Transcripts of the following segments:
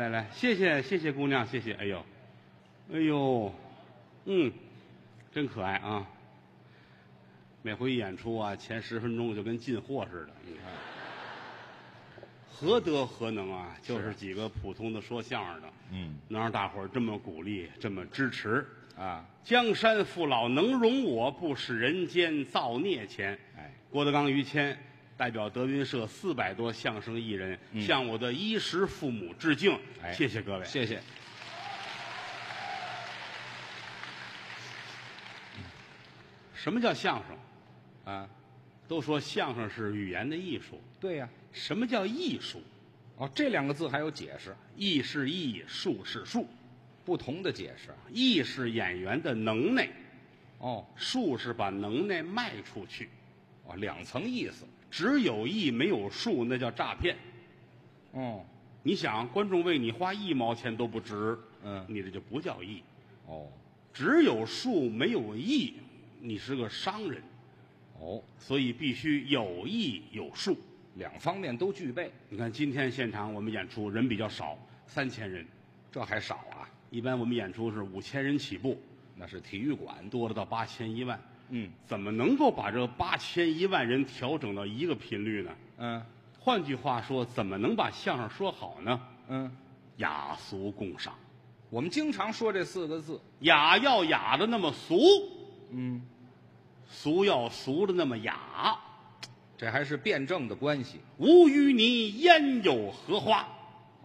来来，谢谢谢谢姑娘，谢谢。哎呦，哎呦，嗯，真可爱啊！每回一演出啊，前十分钟我就跟进货似的，你看，何德何能啊？就是几个普通的说相声的，嗯能让大伙儿这么鼓励，这么支持。啊，江山父老能容我，不使人间造孽钱。哎，郭德纲、于谦代表德云社四百多相声艺人，向我的衣食父母致敬。嗯哎谢谢各位。谢谢。什么叫相声？啊，都说相声是语言的艺术，对呀、什么叫艺术？哦，这两个字还有解释，艺是艺，术是术。不同的解释。艺是演员的能耐，哦术是把能耐卖出去。哦，两层意思。只有艺没有术，那叫诈骗。哦你想，观众为你花一毛钱都不值，嗯你这就不叫艺。哦只有术没有艺，你是个商人，哦，所以必须有艺有术。两方面都具备，你看今天现场我们演出人比较少，三千人，这还少啊？一般我们演出是五千人起步，那是体育馆。多了到八千一万。嗯怎么能够把这八千一万人调整到一个频率呢？嗯换句话说，怎么能把相声说好呢？嗯，雅俗共赏，我们经常说这四个字。雅要雅的那么俗，嗯，俗要俗的那么雅。这还是辩证的关系。无淤泥焉有荷花？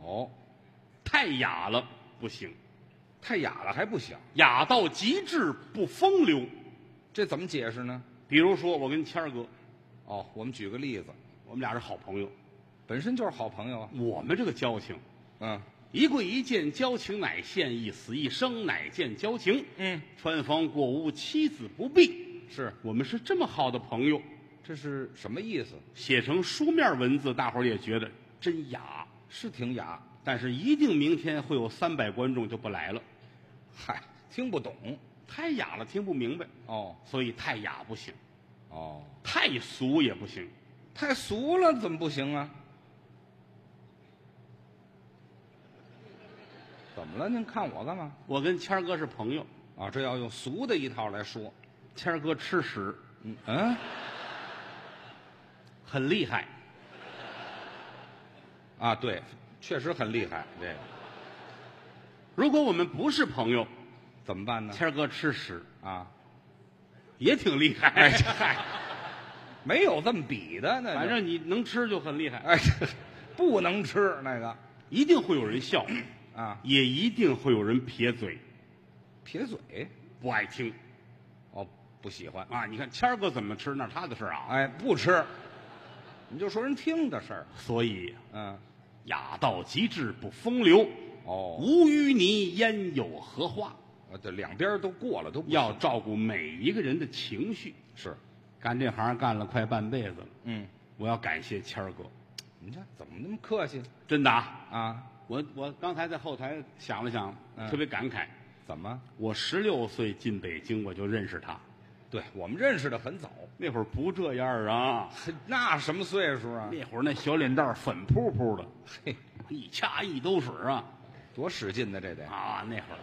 哦，太雅了不行，太雅了还不行，雅到极致不风流。这怎么解释呢？比如说，我跟谦儿哥，哦，我们举个例子，我们俩是好朋友，本身就是好朋友啊。我们这个交情，嗯一跪一见交情乃现，一死一生乃见交情。嗯，穿房过屋，妻子不避。是，我们是这么好的朋友，这是什么意思？写成书面文字，大伙儿也觉得真雅。是挺雅，但是一定明天会有三百观众就不来了，嗨，听不懂。太雅了，听不明白，哦所以太雅不行，哦，太俗也不行。太俗了，怎么不行啊？怎么了？您看我干嘛？我跟谦儿哥是朋友，啊，这要用俗的一套来说，谦儿哥吃屎嗯嗯很厉害，啊，对，确实很厉害，这个如果我们不是朋友，怎么办呢？谦儿哥吃屎啊，也挺厉害。 哎这嗨，没有这么比的，那就反正你能吃就很厉害，哎， 这不能吃那个一定会有人 笑，啊，也一定会有人撇嘴，撇嘴不爱听哦，不喜欢，啊。你看谦儿哥怎么吃，那是他的事儿啊。哎，不吃，你就说人听的事儿，所以嗯，雅到极致不风流，哦，无淤泥焉有荷花？啊，对，两边都过了，都不要照顾每一个人的情绪。是，干这行干了快半辈子了，嗯，我要感谢谦儿哥，你看怎么那么客气真的啊。啊？我我刚才在后台想了想，嗯特别感慨。怎么？我十六岁进北京，我就认识他。对我们认识的很早，那会儿不这样啊，那什么岁数啊？那会儿那小脸蛋儿粉扑扑的，嘿，一掐一兜水啊多使劲呢，这得，啊！那会儿，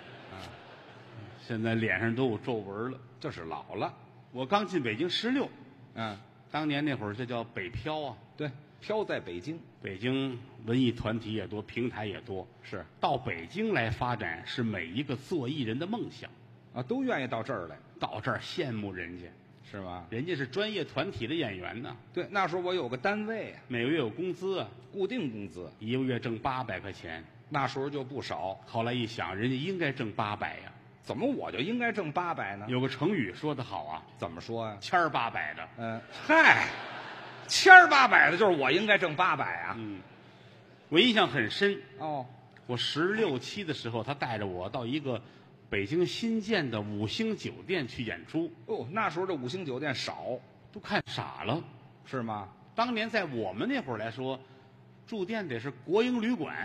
现在脸上都有皱纹了。这是老了，我刚进北京十六，嗯，当年那会儿这叫北漂啊。对，飘在北京北京文艺团体也多，平台也多，是到北京来发展是每一个做艺人的梦想。啊，都愿意到这儿来，到这儿羡慕人家，是吗？人家是专业团体的演员呢。对，那时候我有个单位啊，每个月有工资啊，固定工资，一个月挣八百块钱。那时候就不少。后来一想，人家应该挣八百呀。怎么我就应该挣八百呢？有个成语说得好啊，怎么说呀、千儿八百的。嗯，嗨，千儿八百的就是我应该挣八百啊。嗯，我印象很深。哦，我十六七的时候，他带着我到一个北京新建的五星酒店去演出，哦，那时候这五星酒店少都看傻了。是吗？当年在我们那会儿来说，住店得是国营旅馆，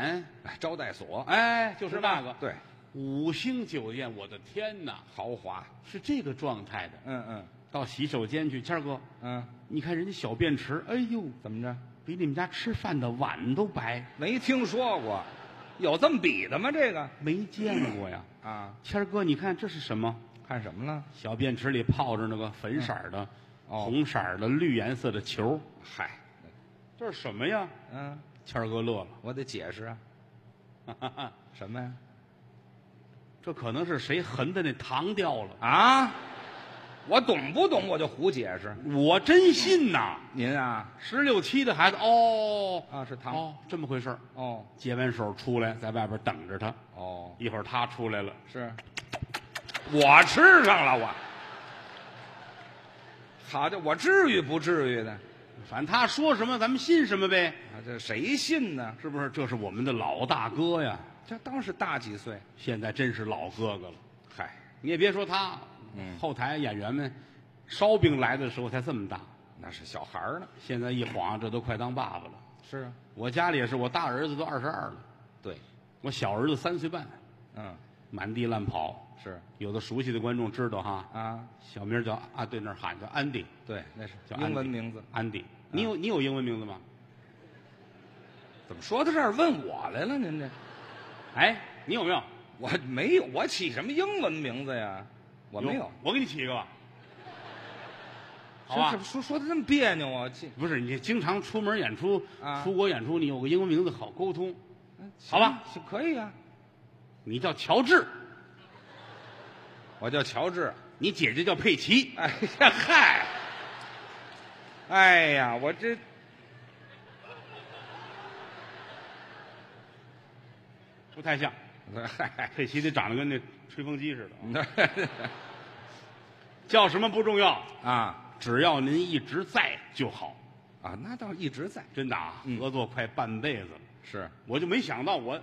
哎，招待所，哎，就是那个对，五星酒店。我的天哪，豪华，是这个状态的。嗯嗯到洗手间去，谦儿哥，嗯，你看人家小便池，哎呦，怎么着？比你们家吃饭的碗都白。没听说过，有这么比的吗？这个没见过呀。啊，谦儿哥，你看这是什么？看什么了？小便池里泡着那个粉色儿的、哦红色儿的、绿颜色的球，嗨，这是什么呀？嗯、谦儿哥乐了我得解释啊，哈哈哈，什么呀？这可能是谁横的那糖掉了。啊，我懂不懂？我就胡解释。我真信呐，您啊，十六七的孩子，哦啊是糖哦，这么回事儿。哦接完手出来，在外边等着他，哦，一会儿他出来了，是我吃上了我。好的，我至于不至于的啊？反正他说什么，咱们信什么呗，这谁信呢？是不是？这是我们的老大哥呀，这倒是大几岁？现在真是老哥哥了。嗨，你也别说他，嗯后台演员们烧饼来的时候才这么大，那是小孩儿呢。现在一晃这都快当爸爸了。是啊，我家里也是，我大儿子都二十二了，对，我小儿子三岁半，嗯，满地乱跑。是有的熟悉的观众知道哈，啊，小名叫啊，对，那儿喊叫安迪，对，那是叫英 Andy 文名字。安迪。你嗯有你有英文名字吗？怎么说到这儿问我来了？您这哎，你有没有？我没有，我起什么英文名字呀？我没有，，我给你起一个吧，好是吧是？说说的这么别扭啊？起不是，你经常出门演出啊，出国演出，你有个英文名字好沟通。嗯行好吧行可以啊。你叫乔治，我叫乔治。你姐姐叫佩奇，哎呀，嗨！哎呀，我这不太像。嗨，佩奇得长得跟那吹风机似的啊，那叫什么不重要， 啊只要您一直在就好。啊，那倒一直在真的啊，嗯合作快半辈子了，是。我就没想到我，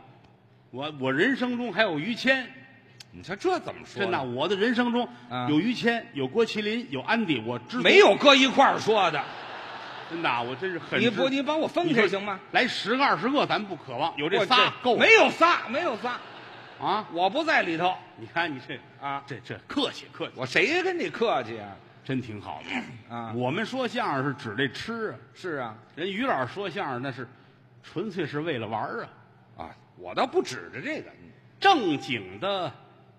我我人生中还有于谦，你瞧这怎么说呢？真的，我的人生中啊有于谦，有郭麒麟，有安迪，我知足没，有搁一块儿说的。真的啊，我真是很你知不，你把我分你开说行吗？来十个二十个，咱不渴望，有这我仨够了没有仨，没有仨，啊？我不在里头你看你这啊！这这客气客气，我谁跟你客气啊？真挺好的啊我们说相声是指这吃啊，是啊，人于老师说相声那是纯粹是为了玩儿啊，啊，我倒不指着这个，正经的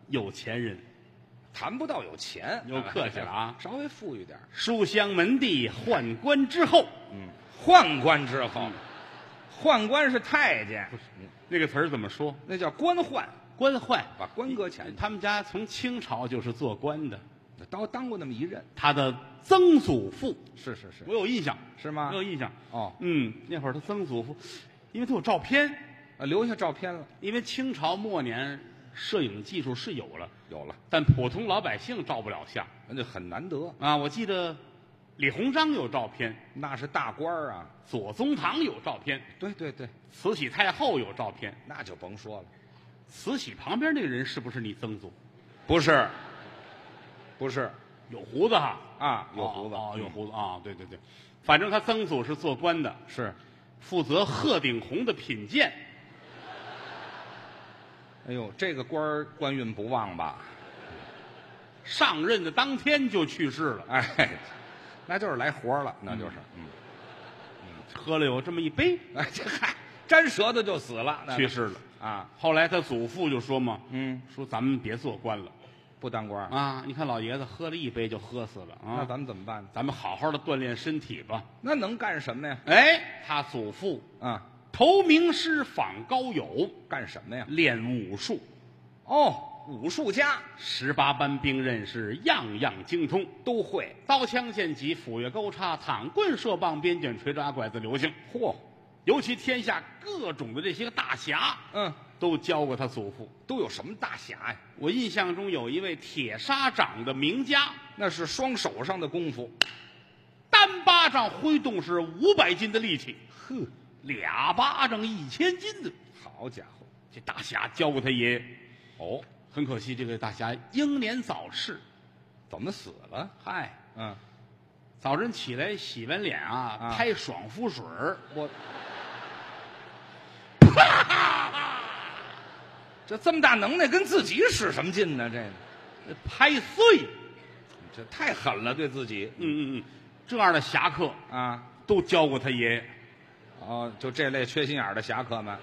有钱人，谈不到有钱，又客气了啊 稍微富裕点儿书香门第，宦官之后，嗯，宦官之后嗯，宦官是嗯太监，那个词儿怎么说？那叫官宦，官宦，把官搁前头，他们家从清朝就是做官的，当当过那么一任，他的曾祖父，是是是我，有印象，是我吗？有印象。哦，嗯，那会儿他曾祖父，因为他有照片，啊留下照片了，因为清朝末年摄影技术是有了，有了，但普通老百姓照不了相那就很难得，啊。我记得李鸿章有照片，那是大官儿啊，左宗棠有照片，对对对，慈禧太后有照片。那就甭说了，慈禧旁边那个人是不是你曾祖？不是，不是有胡子哈，啊，有胡子哦，哦有胡子啊，对对对，反正他曾祖是做官的，是，负责鹤顶红的品鉴。哎呦，这个官儿官运不旺吧？上任的当天就去世了，哎，那就是来活儿了，那就是，嗯，喝了有这么一杯，哎，这 嗨，粘舌头就死了，那去世了。啊，后来他祖父就说嘛，嗯，说咱们别做官了不当官儿，啊！你看老爷子喝了一杯就喝死了那啊，咱们怎么办呢？咱们好好的锻炼身体吧。那能干什么呀？哎，他祖父啊，投名师访高友，干什么呀？练武术，哦，武术家十八般兵刃是样样精通。都会，刀枪剑戟斧钺钩叉躺棍射棒鞭卷锤抓拐子流星，嚯，尤其天下各种的这些个大侠，嗯，都教过他祖父。都有什么大侠呀？我印象中有一位铁砂掌的名家，那是双手上的功夫，单巴掌挥动是五百斤的力气，呵，俩巴掌一千斤的。好家伙，这大侠教过他爷，哦，很可惜这位大侠英年早逝。怎么死了？嗨，嗯，早晨起来洗完脸啊，啊拍爽肤水儿我，这这么大能耐，跟自己使什么劲呢？这个，拍碎。这太狠了，对自己嗯嗯嗯，这样的侠客啊，都教过他爷爷。哦，就这类缺心眼儿的侠客们，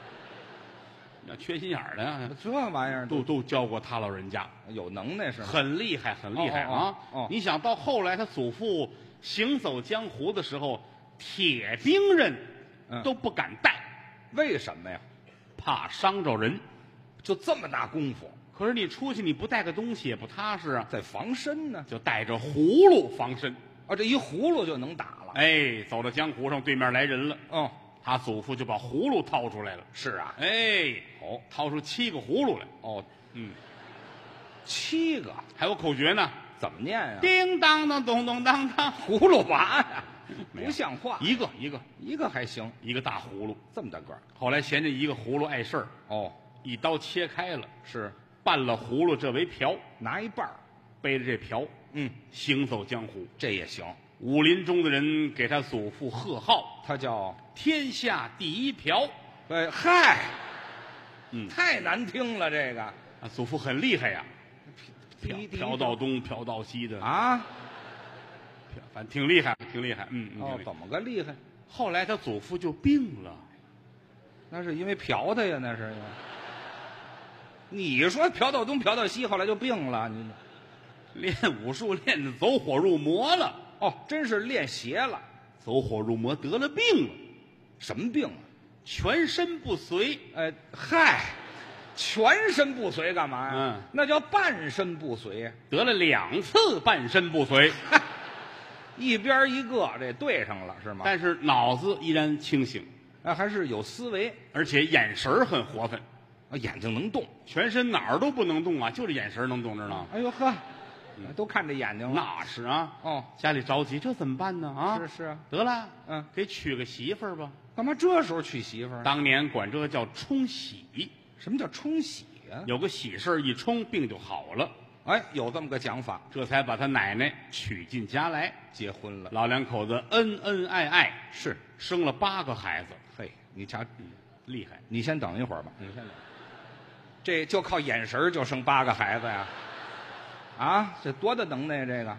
那缺心眼儿的呀，这玩意儿都都教过他老人家，有能耐是吗？很厉害，很厉害哦哦啊！哦哦你想到后来他祖父行走江湖的时候，铁兵刃嗯都不敢带，为什么呀？怕伤着人。就这么大功夫，可是你出去你不带个东西也不踏实啊，在防身呢。就带着葫芦防身。哦，这一葫芦就能打了。哎，走到江湖上，对面来人了，哦，他祖父就把葫芦掏出来了。是啊。哎，哦掏出七个葫芦来，哦，嗯，七个还有口诀呢，怎么念啊？叮当当咚咚当当，葫芦娃呀， 没不有像话。一个一个一个还行，一个大葫芦。这么大个儿。后来嫌这一个葫芦碍事儿，哦，一刀切开了，是拌了葫芦这为瓢，拿一半儿。背着这瓢嗯，行走江湖。这也行。武林中的人给他祖父贺号他叫“天下第一瓢哎嗨，嗯太难听了这个”，啊，祖父很厉害呀，瓢第一瓢到东，瓢到西的，啊。瓢反正挺厉害，挺厉害。嗯，嗯挺，哦厉害怎么个厉害？后来他祖父就病了，那是因为嫖他呀，那是因为。你说嫖到东嫖到西，后来就病了，你练武术练的走火入魔了，哦，真是练邪了，走火入魔得了病了，什么病啊？全身不遂。哎，嗨，全身不遂干嘛呀？嗯那叫半身不遂，得了两次半身不遂， 一边儿一个，这对上了是吗？但是脑子依然清醒，啊，还是有思维，而且眼神儿很活泛，啊，眼睛能动。全身哪儿都不能动啊，就这眼神儿能动，知道吗？哎呦呵，都看这眼睛了。嗯那是啊，哦，家里着急，这怎么办呢？啊，嗯是是啊，得了，嗯，给娶个媳妇儿吧。干嘛这时候娶媳妇儿呢？啊当年管这个叫冲喜，什么叫冲喜呀、有个喜事儿一冲，病就好了，哎，有这么个讲法，这才把他奶奶娶进家来。结婚了。老两口子恩恩爱爱，是，生了八个孩子，嘿，你瞧，嗯厉害。你先等一会儿吧，你嗯先等。这就靠眼神儿就生八个孩子呀？啊，这多大能耐呀、这个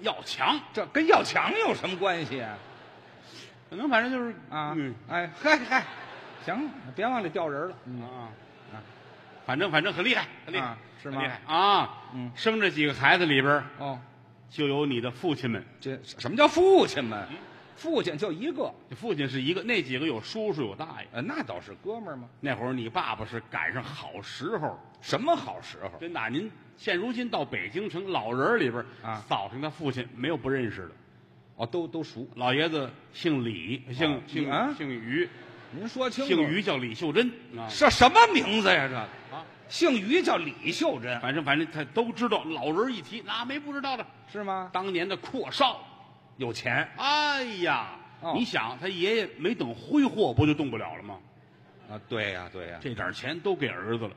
要强，这跟要强有什么关系啊？可能反正就是啊，嗯哎，嗨嗨，行，别往里掉人了。啊啊，反正反正很厉害，很厉害啊，是吗很厉害啊，嗯生这几个孩子里边儿哦，就有你的父亲们，这什么叫父亲们？父亲就一个，你父亲是一个，那几个有叔叔有大爷。呃，那倒是哥们儿嘛。那会儿你爸爸是赶上好时候，什么好时候？真的啊，您现如今到北京城老人儿里边儿啊扫上他父亲没有不认识的。哦，都都熟。老爷子姓李，姓、哦姓、啊姓于，您说清楚。姓于叫李秀珍啊这什么名字呀？这啊，姓于叫李秀珍反正反正他都知道，老人一提那没不知道的。是吗？当年的阔少，有钱哎呀，哦你想他爷爷没等挥霍，不就动不了了吗？啊？对呀、对呀、这点钱都给儿子了，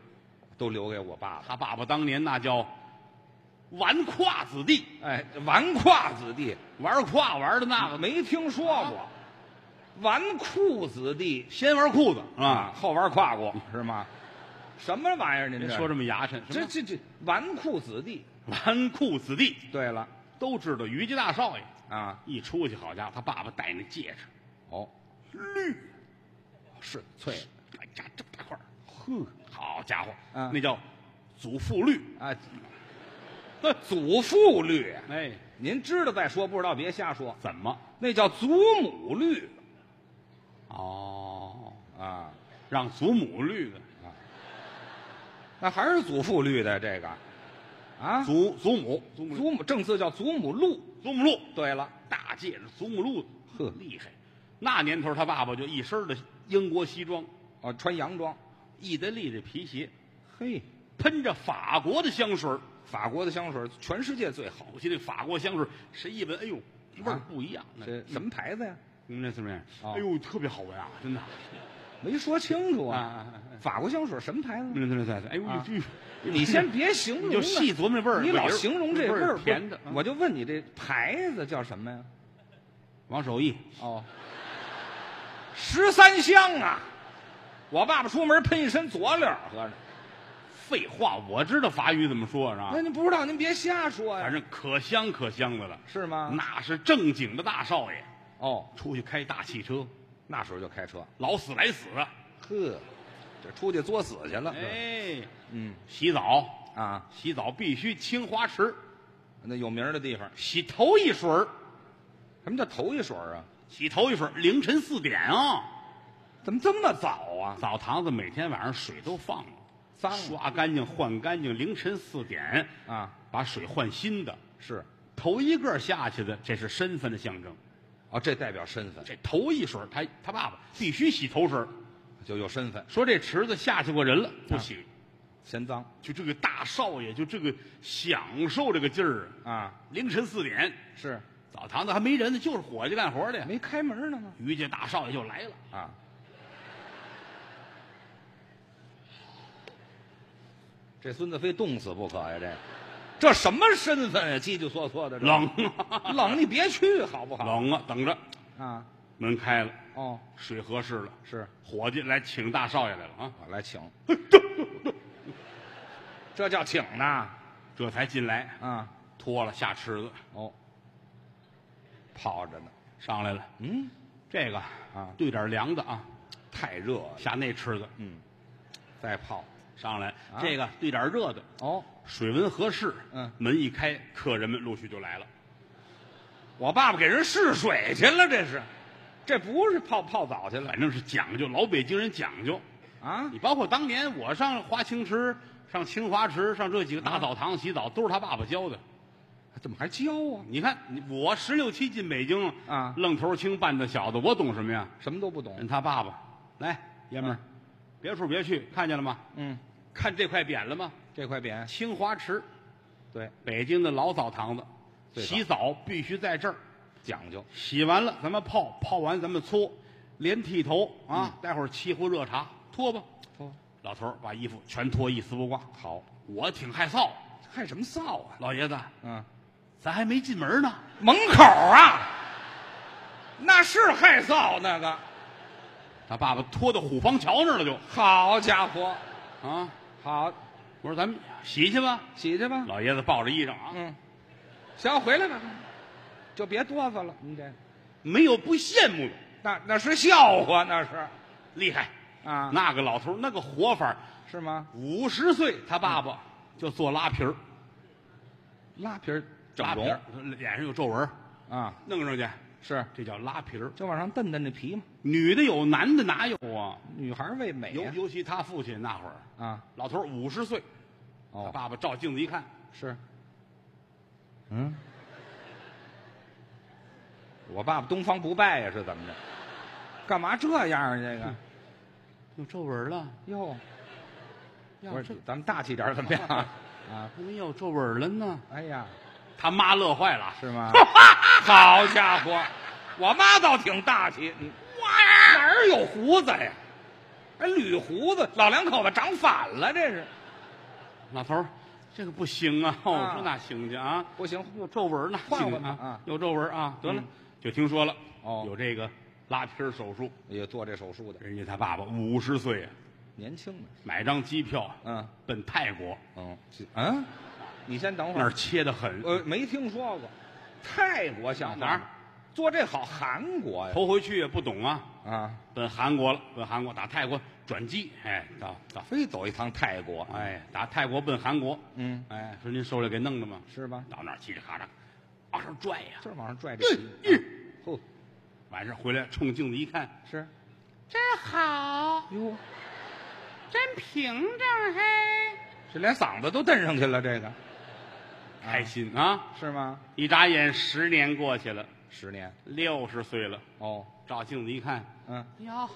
都留给我爸了。他爸爸当年那叫纨绔子弟，哎，纨绔子弟，玩胯玩的那那个个没听说过。啊纨绔子弟先玩裤子啊，后玩胯过是吗？什么玩意儿？您您这说这么牙碜，这这这纨绔子弟。 纨绔子弟对了都知道，于家大少爷啊，一出去，好家伙，他爸爸戴那戒指。哦，绿是翠哎呀，这么大块儿，呵，啊好家伙，嗯那叫祖父绿，啊，那祖父绿，啊哎，您知道再说，不知道别瞎说。怎么？那叫祖母绿哦，啊，让祖母绿的，那还是祖父绿的这个啊，祖祖母，祖母绿祖母正字叫祖母绿。祖母绿，对了，大戒指，祖母绿，呵厉害。那年头，他爸爸就一身的英国西装，哦，穿洋装，意大利的皮鞋，嘿，喷着法国的香水儿。法国的香水全世界最好，我记得法国香水儿，谁一闻，哎呦，味儿不一样。那这什么牌子呀？你们那怎么样？哦哎呦，特别好闻啊，真的。没说清楚啊啊。啊，啊法国香水什么牌那子？那那那，哎呦，啊这你先别形容你啊，就细琢磨味儿，你老味儿形容这味味儿不甜的。嗯我就问你这牌子叫什么呀？王守义，哦，十三香啊！我爸爸出门喷一身佐料，合着。废话，我知道法语怎么说是吧那？您不知道，您别瞎说呀。啊反正可香可香的了，是吗？那是正经的大少爷，哦，出去开大汽车，那时候就开车，啊老死来死的，呵，这出去作死去了。哎，嗯洗澡，啊，洗澡必须青花池，那有名儿的地方，洗头一水儿，什么叫头一水儿啊？洗头一水儿，凌晨四点啊，怎么这么早啊？澡堂子每天晚上水都放了，脏啊了刷干净换干净，凌晨四点啊，把水换新的。是，头一个下去的，这是身份的象征。哦，这代表身份，这头一水儿，他他爸爸必须洗头水儿。就有身份，说这池子下去过人了，不洗。嫌脏就这个大少爷，就这个享受这个劲儿啊。啊，凌晨四点，是澡堂子还没人呢，就是伙计干活的呀。没开门呢吗？于家大少爷就来了，啊，这孙子非冻死不可呀！这这什么身份呀？叽叽嗦嗦的，这冷啊 冷，你别去好不好？冷啊！等着，啊，门开了，哦，水合适了，是伙计来请大少爷来了啊，我来请，这叫请呢？这才进来，啊，脱了下池子哦，泡着呢，上来了，嗯，这个啊兑点凉的啊，太热了，下那池子嗯，再泡，上来，啊这个兑点热的，哦，水温合适，嗯门一开，客人们陆续就来了，我爸爸给人试水去了，这是，这不是泡泡澡去了反正是讲究，老北京人讲究。啊？你包括当年我上华清池、上清华池、上这几啊个大澡堂洗澡，都是他爸爸教的。怎么还教啊？你看，你我十六七进北京啊愣头青半大小子，我懂什么呀？什么都不懂嗯问。他爸爸，来，爷们儿，别处别去，看见了吗？嗯，看这块匾了吗？这块匾，清华池，对，北京的老澡堂子，最早洗澡必须在这儿。讲究。洗完了，咱们泡，泡完咱们搓，连剃头嗯啊，待会儿沏壶热茶，脱吧。哦，老头儿把衣服全脱，一丝不挂。好，我挺害臊，害什么臊啊？老爷子，嗯，咱还没进门呢。门口啊，那是害臊那个。他爸爸拖到虎坊桥那儿了就，好家伙，啊，好，我说咱们洗去吧。洗去吧。老爷子抱着衣裳啊，嗯，行，回来吧，就别哆嗦了。你这，没有不羡慕的，那那是笑话，那是厉害。啊，那个老头儿那个活法儿，是吗？五十岁他爸爸就做拉皮儿，拉皮儿拉整皮容儿脸上有皱纹儿，啊，弄上去，是这叫拉皮儿。就往上蹬蹬这皮嘛。女的有，男的哪有啊？女孩儿为美尤呀尤其他父亲那会儿，啊，老头五十岁，他哦，爸爸照镜子一看，是，嗯，我爸爸东方不败呀，是怎么着？干嘛这样啊？这个有皱纹了，哟，呀，不是这，咱们大气点儿怎么样啊？ 啊，怎么有皱纹了呢？哎呀，他妈乐坏了，是吗？好家伙，我妈倒挺大气，你哪儿有胡子呀？还捋胡子，老两口子长反了，这是老头儿，这个不行啊！我啊说那行去啊？不行。有皱纹呢，换换行吧啊啊，有皱纹啊，得了嗯，就听说了，哦有这个拉皮儿手术，也做这手术的人家他爸爸五十岁啊，年轻呢，买张机票，啊嗯奔泰国嗯嗯，你先等会那儿儿，切的很，呃，没听说过，泰国像哪儿话吗？做这好，韩国呀头回去也不懂啊，啊，奔韩国了，奔韩国打泰国转机，哎，到到，非走一趟泰国，啊哎，打泰国奔韩国，嗯，哎，说您手里给弄的吗？是吧？到那儿叽里咔嚓，往上拽呀，就是往上拽哎这皮，哦，晚上回来冲镜子一看，是真好，哟，真平整嘿。这连嗓子都蹬上去了，这个开心啊！是吗？一眨眼，十年过去了，十年六十岁了。哦，照镜子一看，嗯，哟，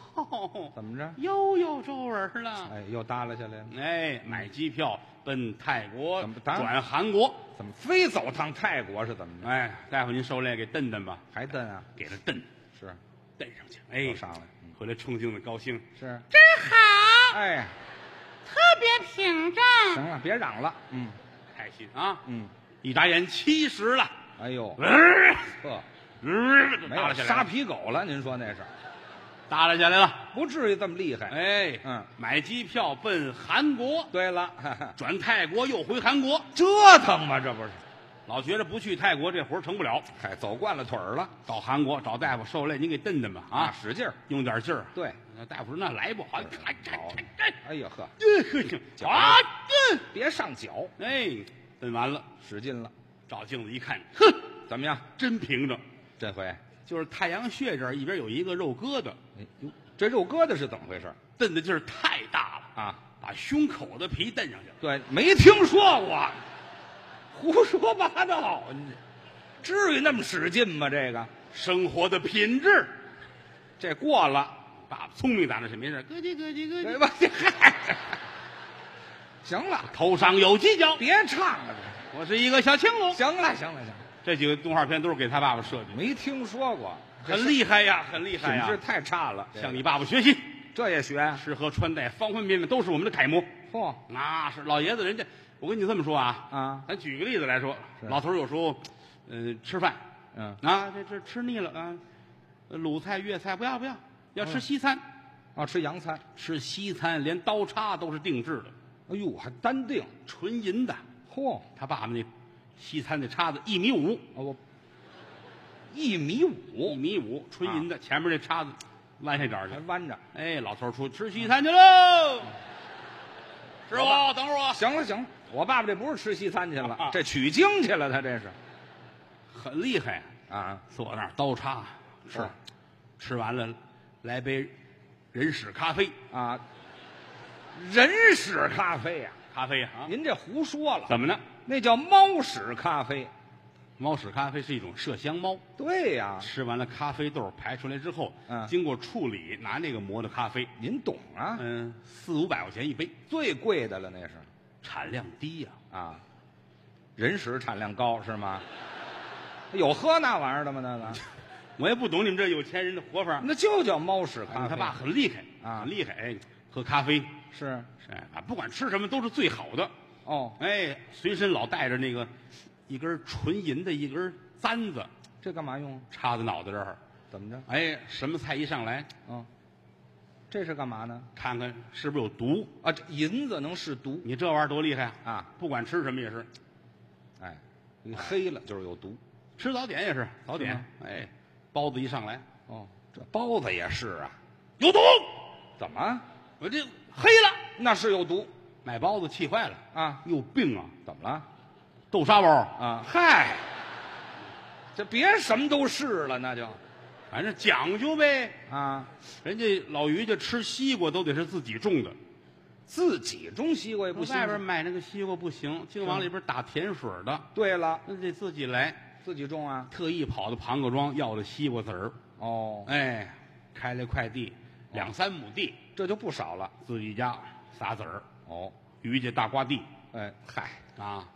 怎么着？又有皱纹了。哎，又耷拉下来了，哎，买机票奔泰国怎么，搭转韩国。怎么非走趟泰国是怎么着？哎，大夫您受累给蹬蹬吧，还蹬啊？给他蹬是蹬上去。又哎，上来，嗯回来冲镜子高兴，是真好，哎，特别平整，行了，别嚷了，嗯开心啊！嗯，一眨眼七十了，呃哎呦，呵，嗯，没耷拉有下杀来了，皮狗了，您说那是？耷拉下来了。不至于这么厉害。哎，嗯，买机票奔韩国。对了， 转泰国又回韩国，折腾嘛，这不是？老觉着不去泰国这活儿成不了，嗨，走惯了腿儿了到韩国找大夫受累，您给蹬蹬吧啊，使劲儿。用点劲儿。对，那大夫说那来吧，哎是哎好哎哎哎呀呵，哎，啊，嗯别上脚，哎，蹬完了，使劲了，照镜子一看，哼，怎么样？真平整，这回，哎就是太阳穴这儿一边有一个肉疙瘩，呦，这肉疙瘩是怎么回事儿蹬的劲儿太大了，啊？把胸口的皮蹬上去了。对，没听说过，胡说八道，你至于那么使劲吗？这个，生活的品质，这过了，爸爸聪明咱这是没事儿，咯叽咯叽咯对叽，吧？嗨，行了，头上有犄角，别唱了，我是一个小青龙。行了，行了，行了，这几个动画片都是给他爸爸设计的，没听说过，很厉害呀，很厉害品呀质，太差了，向你爸爸学习，这也学，吃喝穿戴方方面面都是我们的楷模。嚯、那是老爷子，人家我跟你这么说啊，啊，咱举个例子来说，是老头儿有时候，嗯，吃饭嗯，啊，这这吃腻了啊，鲁菜粤菜不要不要，嗯要吃西餐，啊，吃洋餐，吃西餐连刀叉都是定制的，哎呦，还单定，纯银的。嚯、他爸爸那西餐那叉子一米五，啊我一米一五米五，纯银啊的，前面那叉子弯下点儿去还。弯着，哎，老头儿出去吃西餐去喽！师傅，等会儿我。行了行了，我爸爸这不是吃西餐去了，啊这取经去了，他这是很厉害，啊，坐那儿刀叉吃哦，吃完了来杯人屎咖啡，啊，人屎咖啡呀、咖啡啊，您这胡说了，怎么呢？那叫猫屎咖啡。猫屎咖啡是一种麝香猫，对呀、吃完了咖啡豆排出来之后，嗯经过处理拿那个磨的咖啡，您懂啊，嗯，四五百块钱一杯，最贵的了那是产量低呀、啊，人屎产量高是吗？有喝那玩意儿的吗？那个，我也不懂你们这有钱人的活法。那就叫猫屎咖啡。哎他爸很厉害嗯啊很厉害，哎，喝咖啡，是哎，啊不管吃什么都是最好的。哦，哎，随身老带着那个一根纯银的一根簪子，这干嘛用啊？插在脑袋这儿。怎么着？哎，什么菜一上来，嗯，这是干嘛呢？看看是不是有毒？啊，这银子能试毒你这玩意儿多厉害啊！啊！不管吃什么也是，哎，黑了就是有毒。吃早点也是早点是吗。哎，包子一上来哦，这包子也是啊？有毒，怎么？我这黑了。那是有毒买包子气坏了，啊？有病啊！怎么了？豆沙包，啊，嗨，这别什么都试了，那就反正讲究呗。啊，人家老于家吃西瓜都得是自己种的，自己种西瓜也不行。外边买那个西瓜不行，净往里边打甜水儿的，对了，那得自己来。自己种啊。特意跑到庞各庄要了西瓜籽儿，哦，哎，开了块地，两三亩地，这就不少了。自己家撒籽儿，哦，于家大瓜地哎，嗨，啊，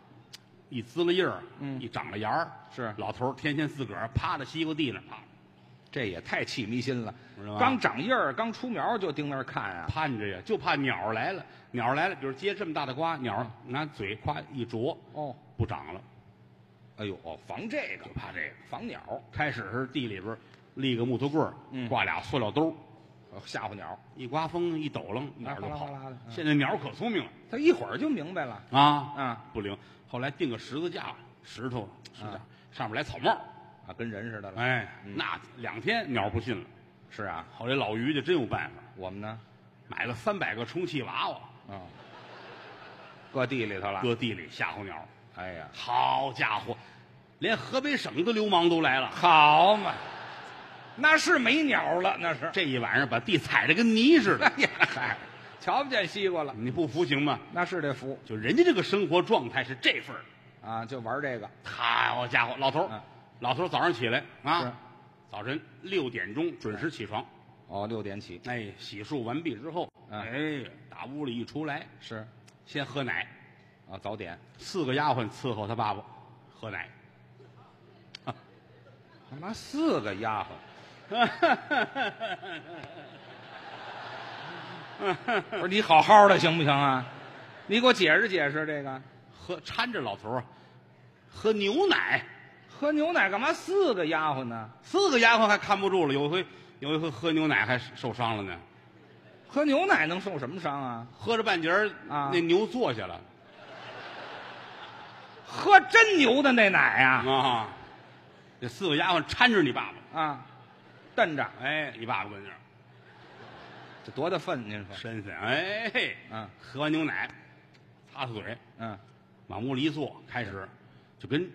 一滋了叶儿，嗯一长了芽儿，是老头儿天天自个儿趴在西瓜地那儿趴，这也太气迷心了是吧。刚长叶儿，刚出苗儿就盯那儿看啊。盼着呀，就怕鸟儿来了，鸟儿来了，比如接这么大的瓜，鸟儿拿嘴夸一啄，哦，不长了，哎呦，哦防这个就，怕这个。防鸟儿，开始是地里边儿立个木头棍儿，嗯挂俩塑料兜儿，呃吓唬鸟儿。一刮风一抖楞，鸟儿就哗啦跑哗啦的。嗯现在鸟儿可聪明了。他一会儿就明白了。啊啊不灵。后来定个十字架，石头石头啊上面来草帽，啊，跟人似的了。哎，嗯那两天鸟不信了。是啊，后来老于就真有办法，我们呢？买了三百个充气娃娃，啊，搁地里头了。搁地里吓唬鸟。哎呀，好家伙，连河北省的流氓都来了。好嘛，那是没鸟了，那是。这一晚上把地踩得跟泥似的哎，呀，嗨，瞧不见西瓜了，你不服行吗？那是得服就人家这个生活状态是这份儿。啊，就玩这个。好家伙，老头儿嗯，老头儿早上起来是啊，早晨六点钟准时起床，哦，六点起哎，洗漱完毕之后，嗯哎，打屋里一出来，是先喝奶，啊，早点四个丫鬟伺候他爸爸喝奶。他妈四个丫鬟， 不是你好好的行不行啊？你给我解释解释这个，喝搀着老头儿喝牛奶，喝牛奶干嘛四个丫鬟呢？四个丫鬟还看不住了。有一回，有一回喝牛奶还受伤了呢，喝牛奶能受什么伤啊？喝着半截儿啊那牛坐下了，喝真牛的那奶呀、啊，这四个丫鬟搀着你爸爸，啊，瞪着，哎，你爸爸跟那儿这多大粪？您说？伸伸，哎嘿，嗯喝完牛奶，擦擦嘴，嗯，往屋里一坐，开始就跟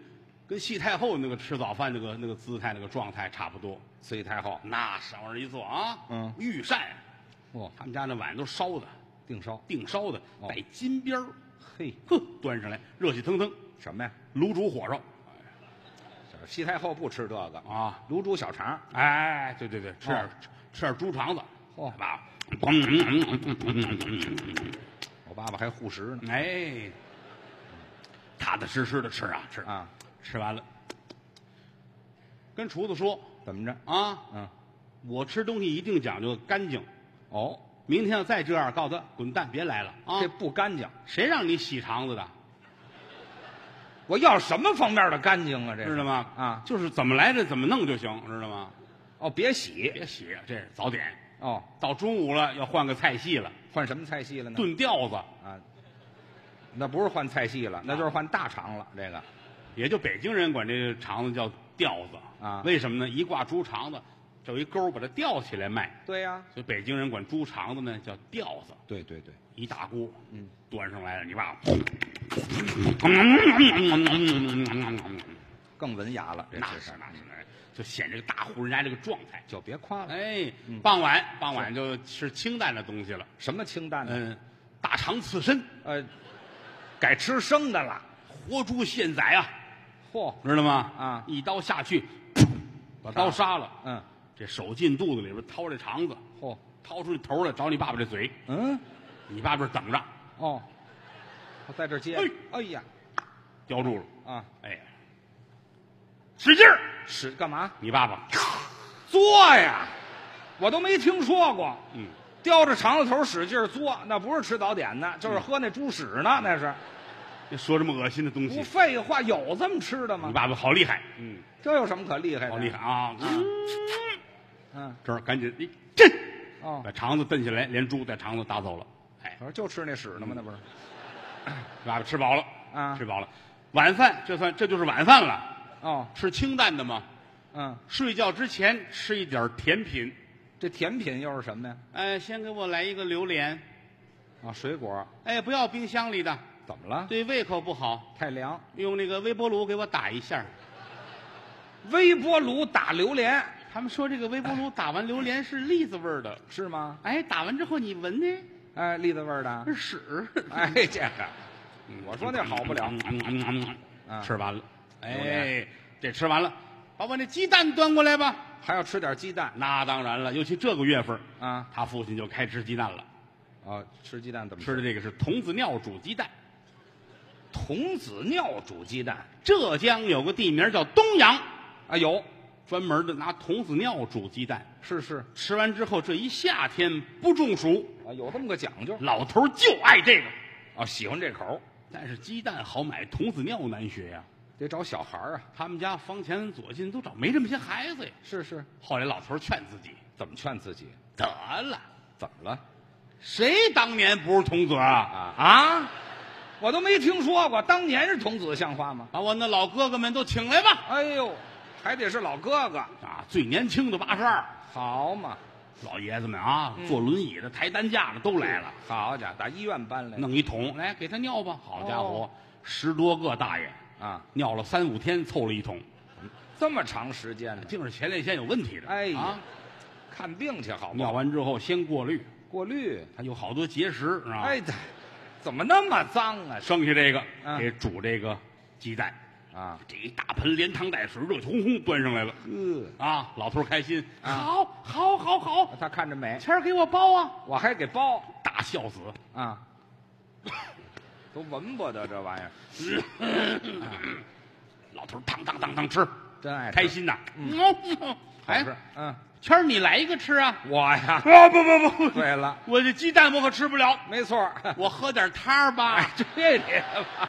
跟戏太后那个吃早饭那个那个姿态那个状态差不多。所以太后，那上往这一坐啊，嗯御膳，哦，他们家那碗都烧的，定烧，定烧的，哦带金边儿，嘿，呵，端上来热气腾腾，什么呀？卤煮火烧小西太后不吃这个，啊，卤煮小肠，哎，对对对，吃点、哦吃点猪肠子，哦吧？我爸爸还护食呢。哎，踏踏实实的吃啊吃，啊，吃完了，跟厨子说怎么着？啊，嗯，我吃东西一定讲究干净，哦，明天要再这样，告诉他滚蛋，别来了啊这！不干净。谁让你洗肠子的，我要什么方面的干净啊？这是知道吗？啊，就是怎么来的怎么弄就行，知道吗？哦，别洗。别洗，这是早点。哦，到中午了，要换个菜系了，换什么菜系了呢？炖吊子，啊，那不是换菜系了，那就是换大肠了。这个也就北京人管这个肠子叫吊子啊为什么呢？一挂猪肠子，这有一钩儿把它吊起来卖，对呀、所以北京人管猪肠子呢叫吊子，对对对，一大锅，嗯，端上来了，你爸爸，更文雅了。这那这是事儿嗯那是那是，就显这个大户人家这个状态。就别夸了。哎，嗯傍晚傍晚就吃清淡的东西了，什么清淡的？嗯，大肠刺身、呃，改吃生的了。活猪现宰啊，嚯，知道吗？啊一刀下去，把杀刀了杀了，嗯，这手进肚子里边掏这肠子，嚯，掏出这头来找你爸爸这嘴，嗯，你爸爸这等着，哦，我在这儿接。哎呀，叼住了，啊，哎，使劲儿，使干嘛？你爸爸，作呀，我都没听说过。嗯，叼着肠子头使劲儿嘬，那不是吃早点呢，就是喝那猪屎呢，那是。别说这么恶心的东不西，废话，有这么吃的吗你？爸爸好厉害，嗯，这有什么可厉害的？好厉害！啊！嗯，这儿赶紧一震，哦把，肠子蹬下来，连猪带肠子打走了，哎，可是就吃那屎呢吗？那不是？你爸爸吃饱了，啊吃饱了，晚饭这算这就是晚饭了，哦，吃清淡的嘛，嗯，睡觉之前吃一点儿甜品，这甜品又是什么呀？哎，先给我来一个榴莲，啊，水果哎，不要冰箱里的，怎么了？对胃口不好，太凉，用那个微波炉给我打一下儿。微波炉打榴莲他们说这个微波炉打完榴莲是栗子味儿的，是吗？哎，打完之后你闻呢哎，栗子味儿的是。屎。嗯哎，这个，我说那好不了。啊吃完了，榴莲哎，这吃完了，把我那鸡蛋端过来吧。还要吃点鸡蛋那当然了，尤其这个月份儿，啊！他父亲就开吃鸡蛋了，哦，吃鸡蛋怎么吃的这个是童子尿煮鸡蛋。童子尿煮鸡蛋浙江有个地名叫东阳，啊？有，专门的拿童子尿煮鸡蛋。是是吃完之后，这一夏天不中暑，啊，有这么个讲究老头儿就爱这个。啊，喜欢这口，但是鸡蛋好买，童子尿难学呀、得找小孩儿啊。他们家房前左近都找没这么些孩子呀。是是，后来老头儿劝自己，怎么劝自己？得了，怎么了谁当年不是童子啊啊？啊？我都没听说过，当年是童子像话吗？把我那老哥哥们都请来吧。哎呦，还得是老哥哥，啊，最年轻的八十二，好嘛，老爷子们啊，嗯坐轮椅的、抬担架的都来了，好家伙，打医院搬来的弄一桶来给他尿吧。好家伙哦，十多个大爷啊，尿了三五天，凑了一桶，这么长时间呢，净是前列腺有问题的。哎哎呀啊看病去好不尿好？完之后先过滤，过滤，它有好多结石啊。哎，这怎么那么脏啊？生下这个啊给煮这个鸡蛋，啊，这一大盆连汤带水，热气烘烘端上来了呃，啊！老头儿开心，啊好，好，好，好，他看着美，谦儿给我包啊！我还给包大孝子，啊， 都闻不得这玩意儿， 老头儿当当当当吃，真爱吃开，心呐！嗯，哎好哎吃，，嗯，哦谦儿你来一个吃啊！我呀，啊，不不不，对了，我这鸡蛋我可吃不了，没错儿，哎我喝点汤儿吧。这里吧。